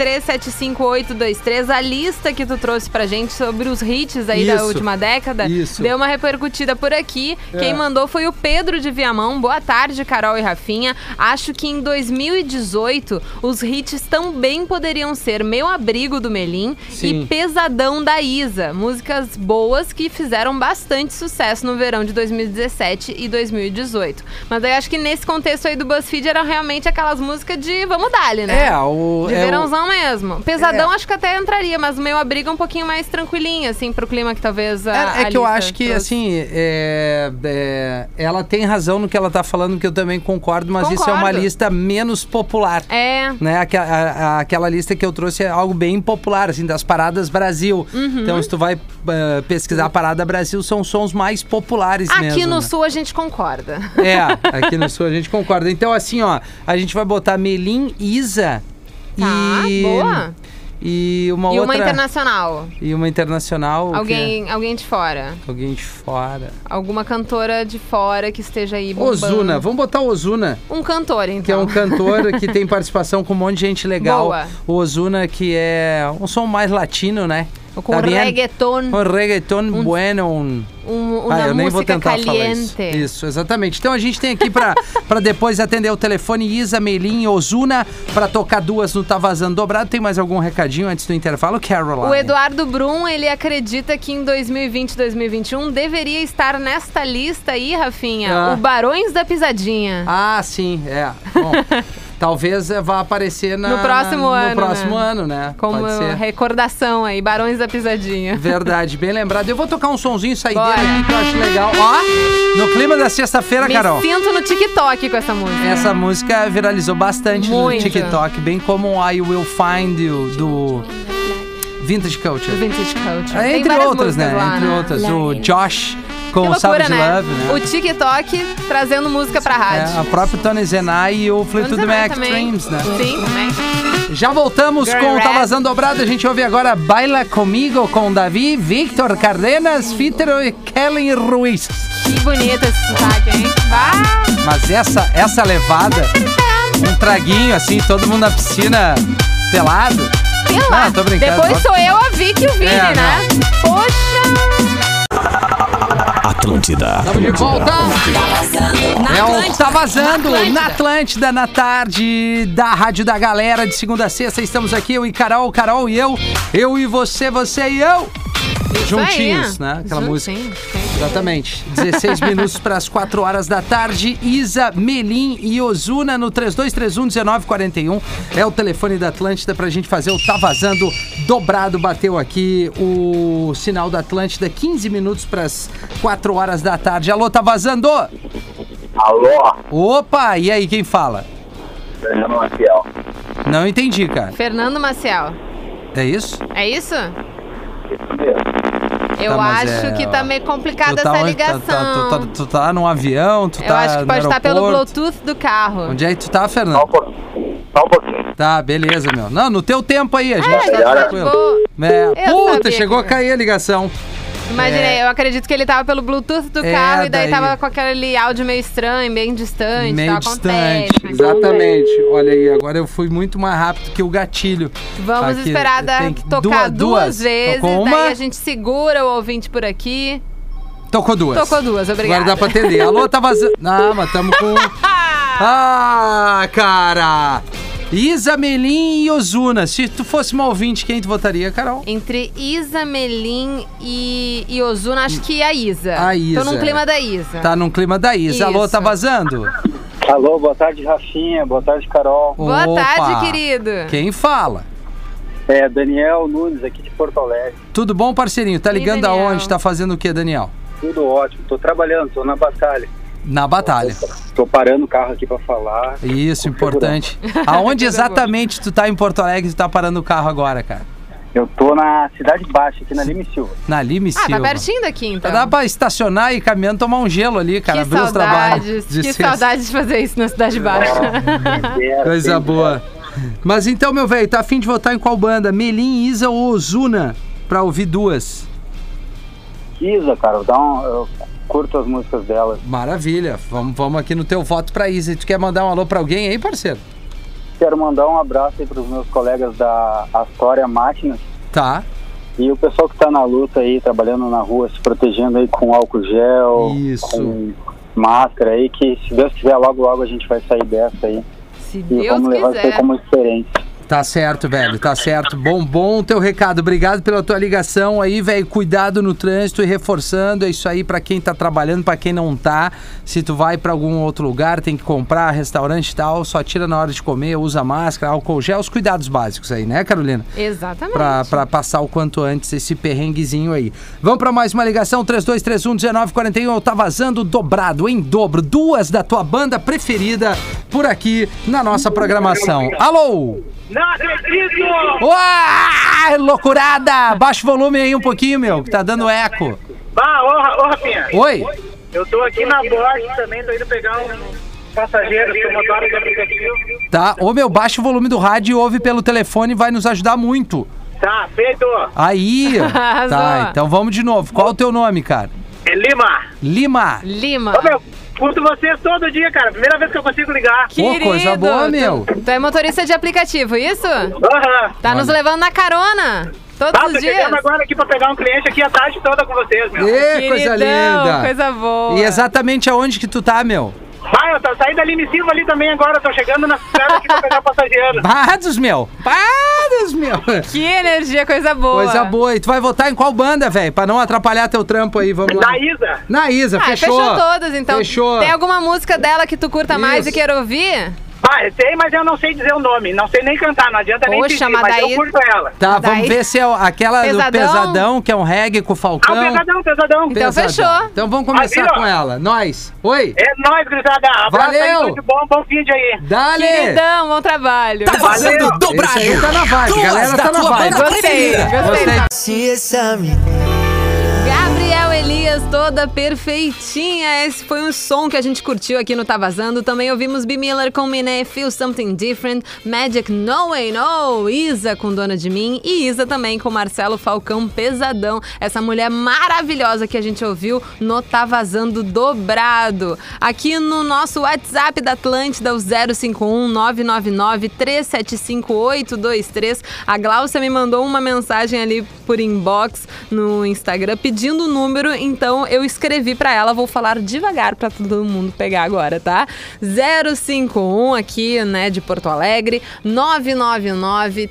Speaker 4: 375823, a lista que tu trouxe pra gente sobre os hits aí da
Speaker 1: Isso.
Speaker 4: última década,
Speaker 1: Isso. É.
Speaker 4: deu uma repercutida por aqui. Quem mandou foi o Pedro de Viamão. Boa tarde, Carol e Rafinha. Acho que em 2018 os hits também poderiam ser Meu Abrigo do Melim
Speaker 1: Sim.
Speaker 4: e Pesadão da Isa. Músicas boas que fizeram bastante sucesso no verão de 2017 e 2018. Mas aí acho que nesse contexto aí do BuzzFeed eram realmente aquelas músicas de vamos dali, né?
Speaker 1: É, o.
Speaker 4: De
Speaker 1: é o- É.
Speaker 4: verãozão mesmo. Pesadão acho que até entraria, mas o meu abrigo é um pouquinho mais tranquilinho, assim, pro clima que talvez a.
Speaker 1: É, é
Speaker 4: a
Speaker 1: que eu
Speaker 4: lista
Speaker 1: acho que,
Speaker 4: trouxe.
Speaker 1: assim, é- é, ela tem razão no que ela tá falando, que eu também concordo, mas isso é uma
Speaker 4: Concordo.
Speaker 1: lista menos popular.
Speaker 4: É.
Speaker 1: Né, aque- a- a- aquela lista que eu trouxe é algo bem popular, assim, das paradas Brasil.
Speaker 4: Uhum.
Speaker 1: Então, se tu vai eh, pesquisar a parada Brasil, são sons mais populares mesmo.
Speaker 4: Aqui no
Speaker 1: né?
Speaker 4: sul a gente concorda.
Speaker 1: É, aqui no sul a gente concorda. Então, assim, ó, a gente vai botar Melim, Isa
Speaker 4: Tá,
Speaker 1: e.
Speaker 4: boa.
Speaker 1: E (laughs) uma
Speaker 4: e
Speaker 1: outra.
Speaker 4: uma internacional.
Speaker 1: E uma internacional. o quê?
Speaker 4: Alguém, alguém de fora.
Speaker 1: Alguém de fora.
Speaker 4: Alguma cantora de fora que esteja aí bombando.
Speaker 1: Ozuna, vamos botar Ozuna.
Speaker 4: Um cantor,
Speaker 1: Que é
Speaker 4: então.
Speaker 1: um
Speaker 4: (laughs)
Speaker 1: cantor que tem participação com um monte de gente legal.
Speaker 4: Boa.
Speaker 1: O Ozuna, que é um som mais latino, né?
Speaker 4: Com
Speaker 1: Tá bem?
Speaker 4: reggaeton,
Speaker 1: Um reggaeton bueno.
Speaker 4: um, uma
Speaker 1: Ah, eu nem vou
Speaker 4: música
Speaker 1: tentar
Speaker 4: caliente.
Speaker 1: falar isso. Isso, exatamente. Então a gente tem aqui
Speaker 4: (laughs)
Speaker 1: pra pra depois atender o telefone Isa, Melim e Ozuna pra tocar duas no Tá Vazando Dobrado. Tem mais algum recadinho antes do intervalo, Caroline?
Speaker 4: O Eduardo Brum, ele acredita que em 2020 2021 deveria estar nesta lista aí, Rafinha,
Speaker 1: Ah.
Speaker 4: o Barões da Pisadinha.
Speaker 1: Ah, sim, é.
Speaker 4: (laughs)
Speaker 1: Bom, talvez eh, vá aparecer na-
Speaker 4: No próximo
Speaker 1: na-
Speaker 4: ano,
Speaker 1: No próximo
Speaker 4: né?
Speaker 1: ano, né?
Speaker 4: Como
Speaker 1: Pode ser.
Speaker 4: recordação aí, Barões da Pisadinha.
Speaker 1: Verdade, bem lembrado. Eu vou tocar um sonzinho saideiro
Speaker 4: Bora.
Speaker 1: aqui que eu acho legal. Ó, no clima da sexta-feira,
Speaker 4: Me
Speaker 1: Carol.
Speaker 4: sinto no TikTok com essa música.
Speaker 1: Essa música viralizou bastante no
Speaker 4: Muito.
Speaker 1: TikTok, bem como um I Will Find You do Vintage Culture.
Speaker 4: Vintage Culture.
Speaker 1: É,
Speaker 4: Tem
Speaker 1: entre
Speaker 4: várias
Speaker 1: outras, né?
Speaker 4: músicas lá,
Speaker 1: entre outras. O Josh com
Speaker 4: Que
Speaker 1: o Savage
Speaker 4: loucura, né?
Speaker 1: Love, né?
Speaker 4: O TikTok trazendo música pra
Speaker 1: É,
Speaker 4: rádio.
Speaker 1: a própria Tony Zenai e o Fleetwood
Speaker 4: Vamos
Speaker 1: Mac
Speaker 4: também.
Speaker 1: Dreams, né?
Speaker 4: Sim, também.
Speaker 1: Já voltamos
Speaker 4: Girl
Speaker 1: com o Tá
Speaker 4: Rap.
Speaker 1: Vazando Dobrado. A gente ouve agora Baila Comigo com Davi, Victor Cardenas, Fítero e Kellen Ruiz.
Speaker 4: Que bonito esse sotaque, hein? Vá!
Speaker 1: Mas essa, essa levada, um traguinho assim, todo mundo na piscina pelado.
Speaker 4: Sei lá.
Speaker 1: Não, tô brincando.
Speaker 4: Depois sou eu a Vicky e o Vini,
Speaker 1: É,
Speaker 4: né? Poxa!
Speaker 2: Atlântida.
Speaker 1: Tamo de volta. É
Speaker 3: um
Speaker 1: o Tá Vazando na Atlântida, na tarde da Rádio da Galera, de segunda a sexta. Estamos aqui, eu e Carol, Carol e eu. Eu e você, você e eu. Juntinhos,
Speaker 4: Isso aí,
Speaker 1: né? Aquela
Speaker 4: Jun-
Speaker 1: música.
Speaker 4: sim,
Speaker 1: Exatamente. 16 minutos para as 4 horas da tarde. Isa, Melim e Ozuna no 3231-1941. É o telefone da Atlântida para a gente fazer o Tá Vazando dobrado. Bateu aqui o sinal da Atlântida, 15 minutos para as 4 horas da tarde. Alô, tá vazando?
Speaker 5: Alô,
Speaker 1: Opa, e aí, quem fala?
Speaker 5: Fernando Maciel.
Speaker 1: Não entendi, cara.
Speaker 4: Fernando Maciel.
Speaker 1: É isso?
Speaker 4: É isso?
Speaker 5: isso mesmo.
Speaker 4: Eu
Speaker 1: Tá, mas
Speaker 4: acho
Speaker 1: é,
Speaker 4: que tá meio complicada
Speaker 1: Tu tá
Speaker 4: essa
Speaker 1: onde? Tá-
Speaker 4: ligação.
Speaker 1: tá- tu, tá, tu tá num avião, tu
Speaker 4: Eu
Speaker 1: tá
Speaker 4: acho que
Speaker 1: no
Speaker 4: pode estar pelo
Speaker 1: aeroporto.
Speaker 4: Bluetooth do carro.
Speaker 1: Onde é que tu tá,
Speaker 5: Só um
Speaker 1: Fernando?
Speaker 5: pouquinho. Só um pouquinho.
Speaker 1: Tá, beleza, meu. Não, no teu tempo aí, a gente
Speaker 4: É,
Speaker 1: tá
Speaker 4: tá de
Speaker 1: tranquilo.
Speaker 4: boa.
Speaker 1: É,
Speaker 4: Eu
Speaker 1: puta,
Speaker 4: sabia
Speaker 1: chegou a
Speaker 4: que-
Speaker 1: cair a ligação.
Speaker 4: Imaginei, eu acredito que ele tava pelo Bluetooth do
Speaker 1: É,
Speaker 4: carro e daí,
Speaker 1: daí-
Speaker 4: tava com aquele áudio meio estranho, bem distante.
Speaker 1: Meio
Speaker 4: tal,
Speaker 1: distante.
Speaker 4: acontece, tá né?
Speaker 1: Exatamente. Olha aí, agora eu fui muito mais rápido que o gatilho.
Speaker 4: Vamos
Speaker 1: Tá aqui,
Speaker 4: esperar da-
Speaker 1: tem que-
Speaker 4: tocar duas,
Speaker 1: duas.
Speaker 4: vezes,
Speaker 1: Tocou uma,
Speaker 4: daí a gente segura o ouvinte por aqui.
Speaker 1: tocou duas.
Speaker 4: Tocou duas, obrigada.
Speaker 1: Agora dá pra atender. Alô, tá
Speaker 4: (laughs)
Speaker 1: vazando. Ah, mas tamo com. Ah, cara! Isa Melim e Ozuna. Se tu fosse uma ouvinte, quem tu votaria, Carol?
Speaker 4: Entre Isa Melim e, e Ozuna, acho que é a Isa.
Speaker 1: A Isa.
Speaker 4: Tô num clima da Isa.
Speaker 1: Tá num clima da Isa. Alô,
Speaker 4: Isso.
Speaker 1: tá vazando?
Speaker 5: Alô, boa tarde, Rafinha. Boa tarde, Carol.
Speaker 4: Boa
Speaker 1: Opa.
Speaker 4: tarde, querido.
Speaker 1: Quem fala?
Speaker 5: É, Daniel Nunes, aqui de Porto Alegre.
Speaker 1: Tudo bom, parceirinho? Tá
Speaker 4: Oi,
Speaker 1: ligando
Speaker 4: Daniel.
Speaker 1: aonde? Tá fazendo o que, Daniel?
Speaker 5: Tudo ótimo. Tô trabalhando, tô na batalha.
Speaker 1: Na batalha.
Speaker 5: Tô parando o carro aqui pra falar.
Speaker 1: Isso,
Speaker 5: Com
Speaker 1: importante. Aonde
Speaker 4: Coisa boa.
Speaker 1: exatamente tu tá em Porto Alegre e tu tá parando o carro agora, cara?
Speaker 5: Eu tô na Cidade Baixa, aqui na Lima e Silva.
Speaker 1: Na Lime
Speaker 4: Ah,
Speaker 1: Silva.
Speaker 4: tá pertinho daqui, então.
Speaker 1: Dá pra estacionar e ir caminhando tomar um gelo ali, cara.
Speaker 4: que
Speaker 1: abrir os trabalhos.
Speaker 4: saudades,
Speaker 1: de
Speaker 4: que
Speaker 1: sexta.
Speaker 4: saudades de fazer isso na Cidade Baixa.
Speaker 1: Coisa boa. Mas então, meu velho, tá afim de votar em qual banda? Melim, Isa ou Ozuna? Pra ouvir duas.
Speaker 5: Isa, cara, dá um, eu curto as músicas dela.
Speaker 1: Maravilha. Vamos, vamos aqui no teu voto pra Isa. Tu quer mandar um alô pra alguém aí, parceiro?
Speaker 5: Quero mandar um abraço aí pros meus colegas da Astoria Máquinas
Speaker 1: Tá.
Speaker 5: e o pessoal que tá na luta aí, trabalhando na rua, se protegendo aí com álcool gel,
Speaker 1: Isso.
Speaker 5: com máscara aí, que se Deus quiser, logo logo a gente vai sair dessa aí.
Speaker 4: Se
Speaker 5: É. E
Speaker 4: Deus
Speaker 5: vamos levar isso aí
Speaker 4: quiser.
Speaker 5: como experiência.
Speaker 1: Tá certo, velho, tá certo. Bom, bom teu recado. Obrigado pela tua ligação aí, velho. Cuidado no trânsito e reforçando. É isso aí pra quem tá trabalhando, pra quem não tá. Se tu vai pra algum outro lugar, tem que comprar, restaurante e tal, só tira na hora de comer, usa máscara, álcool gel, os cuidados básicos aí, né, Carolina?
Speaker 4: Exatamente.
Speaker 1: Pra, pra passar o quanto antes esse perrenguezinho aí. Vamos pra mais uma ligação: 3231-1941. Tá vazando dobrado, em dobro, duas da tua banda preferida por aqui na nossa programação. Alô! Uai, loucurada! Baixa o volume aí um pouquinho, meu, que tá dando eco.
Speaker 6: Bah, ô, Ra- ô Rafinha,
Speaker 1: Oi?
Speaker 6: eu tô aqui na borda também, tô indo pegar um passageiro, sou motorista do aplicativo.
Speaker 1: Tá, ô meu, baixa o volume do rádio e ouve pelo telefone, vai nos ajudar muito.
Speaker 6: Tá, feito.
Speaker 1: Aí!
Speaker 4: (laughs)
Speaker 1: Tá,
Speaker 4: Arrasou.
Speaker 1: então vamos de novo. Qual o teu nome, cara?
Speaker 6: É Lima.
Speaker 1: Lima.
Speaker 4: Lima.
Speaker 6: Ô, meu, curto vocês todo dia, cara. Primeira vez que eu consigo ligar.
Speaker 1: Pô, coisa boa,
Speaker 4: tu-
Speaker 1: meu.
Speaker 4: Tu é motorista de aplicativo, isso?
Speaker 6: Aham.
Speaker 4: Tá nos levando na carona. Todos
Speaker 6: Tá, tô
Speaker 4: os dias.
Speaker 6: chegando agora aqui pra pegar um cliente aqui a tarde toda com vocês, meu.
Speaker 1: Ê, coisa
Speaker 4: Queridão,
Speaker 1: linda!
Speaker 4: coisa boa.
Speaker 1: E exatamente aonde que tu tá, meu?
Speaker 6: Vai, eu tô saindo da Lima e Silva ali também agora, tô chegando na cidade aqui pra pegar passageiro.
Speaker 1: Bardos, meu! Bardos, meu!
Speaker 4: Que energia, coisa boa.
Speaker 1: Coisa boa. E tu vai votar em qual banda, velho? Pra não atrapalhar teu trampo aí, vamos lá.
Speaker 6: Da Isa.
Speaker 1: Na Isa,
Speaker 4: Ah,
Speaker 1: fechou.
Speaker 4: fechou. todas, então.
Speaker 1: Fechou.
Speaker 4: Tem alguma música dela que tu curta mais
Speaker 1: Isso.
Speaker 4: e queira ouvir?
Speaker 6: Ah, eu sei, mas eu não sei dizer o nome. Não sei nem cantar, não adianta nem
Speaker 4: Poxa,
Speaker 6: pedir,
Speaker 4: mas
Speaker 6: mas
Speaker 4: daí-
Speaker 6: eu curto ela.
Speaker 1: Tá,
Speaker 4: Daí-
Speaker 1: vamos ver se é aquela do
Speaker 4: Pesadão?
Speaker 1: Pesadão, que é um reggae com o Falcão.
Speaker 6: Ah, o pesadão, o pesadão.
Speaker 4: Então fechou.
Speaker 1: Então vamos começar
Speaker 6: Aqui, ó.
Speaker 1: com ela. Nós. Oi.
Speaker 6: É nóis, gurizada. Abraço
Speaker 1: Valeu.
Speaker 6: aí, tudo de bom, bom fim de aí.
Speaker 1: Dale.
Speaker 4: Queridão, bom trabalho.
Speaker 2: Tá vazando
Speaker 6: Valeu.
Speaker 2: dobrado.
Speaker 1: Esse aí tá na vibe,
Speaker 2: Duas
Speaker 1: galera,
Speaker 2: da
Speaker 1: tá na
Speaker 2: tua
Speaker 1: vibe.
Speaker 2: banda
Speaker 4: Gostei,
Speaker 2: preferida.
Speaker 4: gostei.
Speaker 1: Gostei. tá?
Speaker 4: Gabriel Elias, toda perfeitinha. Esse foi um som que a gente curtiu aqui no Tá Vazando. Também ouvimos B. Miller com Miné, Feel Something Different, Magic No Way No, Isa com Dona de Mim e Isa também com Marcelo Falcão Pesadão. Essa mulher maravilhosa que a gente ouviu no Tá Vazando dobrado. Aqui no nosso WhatsApp da Atlântida, o 051 999 375823. A Glaucia me mandou uma mensagem ali por inbox no Instagram pedindo o número, então eu escrevi pra ela, vou falar devagar pra todo mundo pegar agora, tá? 051 aqui, né, de Porto Alegre, 999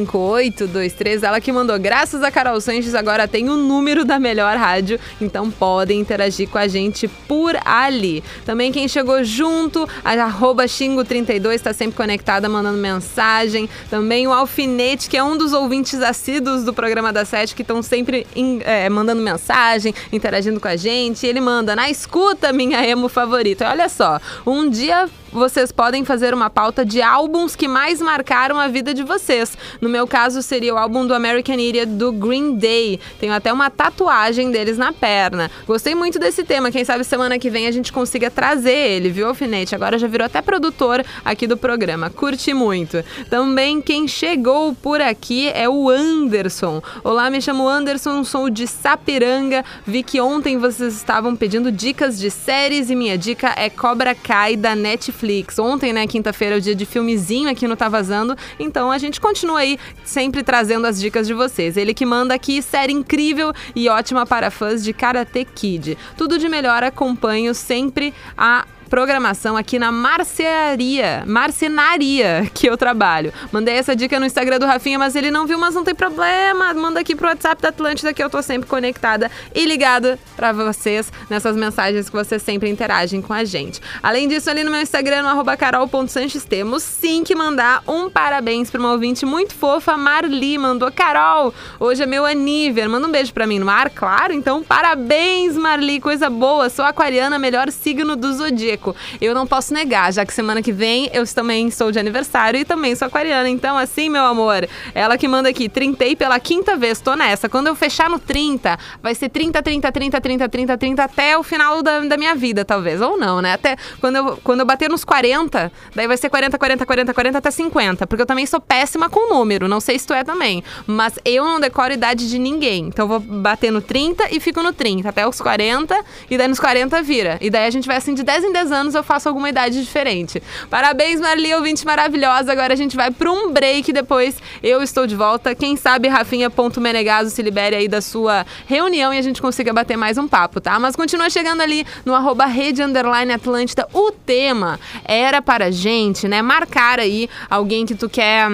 Speaker 4: 375823. Ela que mandou, graças a Carol Sanches, agora tem o número da melhor rádio, então podem interagir com a gente por ali. Também quem chegou junto, a arroba xingo32 está tá sempre conectada, mandando mensagem. Também o Alfinete, que é um dos ouvintes assíduos do programa da Sete, que estão sempre em- eh, mandando mensagem, interagindo com a gente. Ele manda, na escuta, minha emo favorita. Olha só, um dia vocês podem fazer uma pauta de álbuns que mais marcaram a vida de vocês. No meu caso, seria o álbum do American Idiot do Green Day. Tenho até uma tatuagem deles na perna. Gostei muito desse tema. Quem sabe semana que vem a gente consiga trazer ele, viu, Alfinete? Agora já virou até produtor aqui do programa. Curti muito. Também quem chegou por aqui é o Anderson. Olá, me chamo Anderson, sou de Sapiranga. Vi que ontem vocês estavam pedindo dicas de séries e minha dica é Cobra Kai da Netflix. Ontem, né, quinta-feira, é o dia de filmezinho aqui no Tá Vazando, então a gente continua aí sempre trazendo as dicas de vocês. Ele que manda aqui série incrível e ótima para fãs de Karate Kid. Tudo de melhor, acompanho sempre a programação aqui na marcearia, marcenaria que eu trabalho. Mandei essa dica no Instagram do Rafinha, mas ele não viu, mas não tem problema. Manda aqui pro WhatsApp da Atlântida que eu tô sempre conectada e ligada pra vocês nessas mensagens que vocês sempre interagem com a gente. Além disso, ali no meu Instagram, no arroba carol.sanches, temos sim que mandar um parabéns pra uma ouvinte muito fofa, Marli, mandou Carol, hoje é meu aniver, manda um beijo pra mim no ar, claro, então parabéns Marli, coisa boa, sou aquariana, melhor signo do zodíaco. Eu não posso negar, já que semana que vem eu também sou de aniversário e também sou aquariana, então assim, meu amor, ela que manda aqui, trintei pela quinta vez, tô nessa, quando eu fechar no 30, vai ser 30, 30, 30, 30, 30, 30, até o final da, da minha vida, talvez, ou não, né, até quando eu, quando eu bater nos 40, daí vai ser 40, 40, 40, 40 até 50, porque eu também sou péssima com número, não sei se tu é também, mas eu não decoro a idade de ninguém, então eu vou bater no 30 e fico no 30, até os 40, e daí nos 40 vira, e daí a gente vai assim, de 10 em 10 anos eu faço alguma idade diferente. Parabéns, Marli, ouvinte maravilhosa, agora a gente vai para um break, depois eu estou de volta, quem sabe Rafinha.menegaso se libere aí da sua reunião e a gente consiga bater mais um papo, tá? Mas continua chegando ali no arroba rede underline Atlântida, o tema era para gente, né, marcar aí alguém que tu quer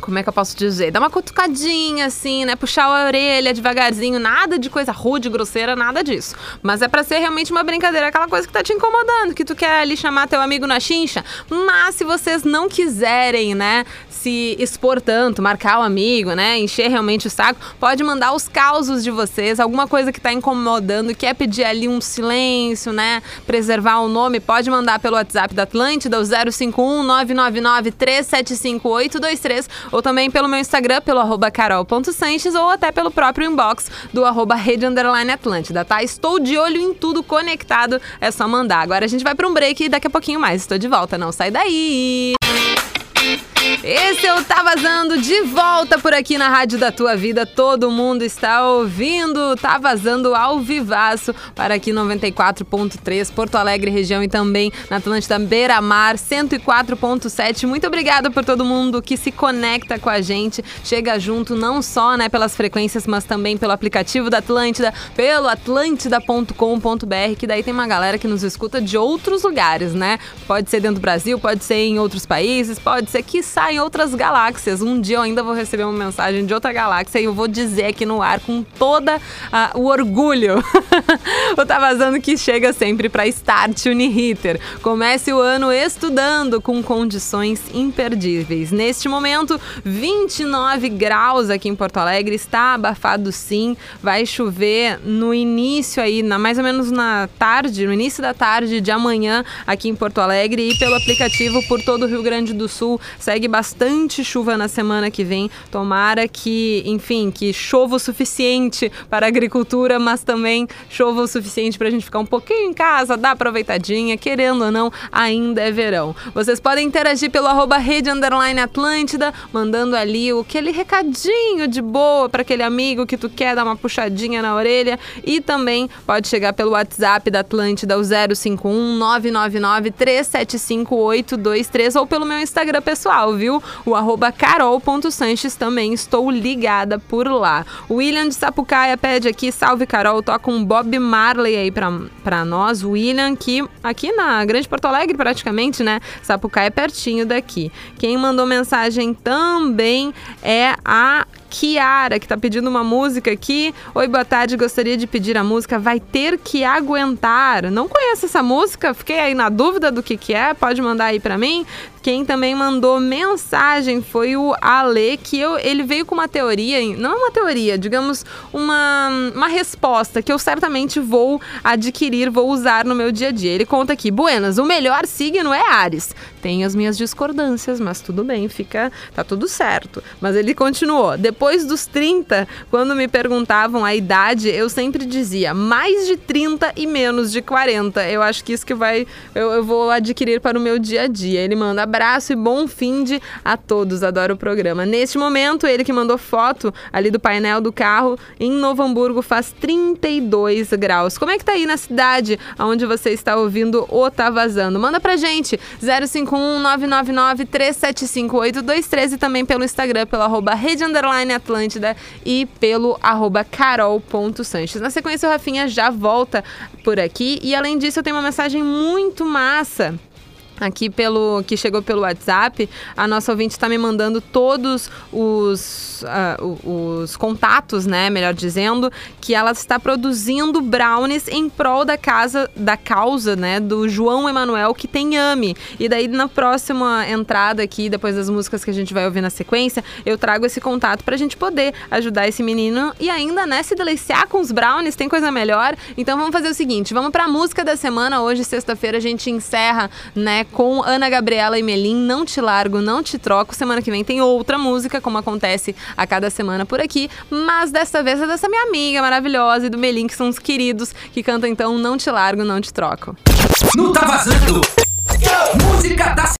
Speaker 4: como é que eu posso dizer? Dá uma cutucadinha, assim, né? Puxar a orelha devagarzinho, nada de coisa rude, grosseira, nada disso. Mas é pra ser realmente uma brincadeira, aquela coisa que tá te incomodando, que tu quer ali chamar teu amigo na chincha. Mas se vocês não quiserem, né, se expor tanto, marcar o amigo, né, encher realmente o saco, pode mandar os causos de vocês, alguma coisa que tá incomodando, quer pedir ali um silêncio, né, preservar o nome, pode mandar pelo WhatsApp da Atlântida, o 051 999 375 823 ou também pelo meu Instagram, pelo arroba carol.sanches, ou até pelo próprio inbox do arroba rede underline Atlântida, tá? Estou de olho em tudo conectado, é só mandar. Agora a gente vai para um break e daqui a pouquinho mais. Estou de volta, não sai daí! Esse eu tá vazando de volta por aqui na Rádio da Tua Vida. Todo mundo está ouvindo, tá vazando ao vivaço para aqui 94.3 Porto Alegre região e também na Atlântida Beira Mar 104.7. Muito obrigada por todo mundo que se conecta com a gente, chega junto não só, né, pelas frequências, mas também pelo aplicativo da Atlântida, pelo atlântida.com.br, que daí tem uma galera que nos escuta de outros lugares, né? Pode ser dentro do Brasil, pode ser em outros países, pode ser que saia em outras galáxias. Um dia eu ainda vou receber uma mensagem de outra galáxia e eu vou dizer aqui no ar com toda ah, o orgulho. (laughs) o Tá Vazando que chega sempre para Start Uniriter. Comece o ano estudando com condições imperdíveis. Neste momento, 29 graus aqui em Porto Alegre, está abafado sim, vai chover no início aí, na, mais ou menos na tarde, no início da tarde de amanhã aqui em Porto Alegre e pelo aplicativo por todo o Rio Grande do Sul, segue bastante chuva na semana que vem. Tomara que, enfim, que chova o suficiente para a agricultura, mas também chova o suficiente para a gente ficar um pouquinho em casa, dar aproveitadinha, querendo ou não, ainda é verão. Vocês podem interagir pelo arroba rede underline Atlântida, mandando ali o- aquele recadinho de boa para aquele amigo que tu quer dar uma puxadinha na orelha e também pode chegar pelo WhatsApp da Atlântida, o 051 999 375 823 ou pelo meu Instagram pessoal, viu? O arroba carol.sanches também estou ligada por lá. O William de Sapucaia pede aqui, salve Carol, toca um Bob Marley aí pra, pra nós. O William que aqui na Grande Porto Alegre praticamente, né? Sapucaia é pertinho daqui. Quem mandou mensagem também é a Kiara, que tá pedindo uma música aqui. Oi, boa tarde, gostaria de pedir a música Vai Ter Que Aguentar. Não conheço essa música, fiquei aí na dúvida do que que é, pode mandar aí pra mim. Quem também mandou mensagem foi o Ale, que eu, ele veio com uma teoria, hein? não é uma teoria, digamos, uma, uma resposta que eu certamente vou adquirir, vou usar no meu dia a dia. Ele conta aqui: Buenas, o melhor signo é Ares. Tenho as minhas discordâncias, mas tudo bem, fica, tá tudo certo. Mas ele continuou: depois dos 30, quando me perguntavam a idade, eu sempre dizia mais de 30 e menos de 40. Eu acho que isso que vai, eu, eu vou adquirir para o meu dia a dia. Ele manda abraço e bom fim de a todos. Adoro o programa. Neste momento, ele que mandou foto ali do painel do carro em Novo Hamburgo faz 32 graus. Como é que tá aí na cidade onde você está ouvindo ou tá vazando? Manda pra gente 051 999 375 8213 e também pelo Instagram, pelo arroba rede underline Atlântida e pelo arroba carol.sanches. Na sequência, o Rafinha já volta por aqui e além disso, eu tenho uma mensagem muito massa aqui pelo que chegou pelo WhatsApp. A nossa ouvinte está me mandando todos os, ah, o- os contatos, né? Melhor dizendo, que ela está produzindo brownies em prol da casa da causa, né? Do João Emanuel que tem AME. E daí na próxima entrada aqui, depois das músicas que a gente vai ouvir na sequência, eu trago esse contato para a gente poder ajudar esse menino e ainda, né? Se deliciar com os brownies, tem coisa melhor. Então vamos fazer o seguinte, vamos para a música da semana hoje, sexta-feira a gente encerra, né, com Ana Gabriela e Melim, Não Te Largo, Não Te Troco. Semana que vem tem outra música, como acontece a cada semana por aqui, mas dessa vez é dessa minha amiga maravilhosa e do Melim, que são os queridos, que cantam então Não Te Largo, Não Te Troco.
Speaker 1: Não tá vazando! Música tá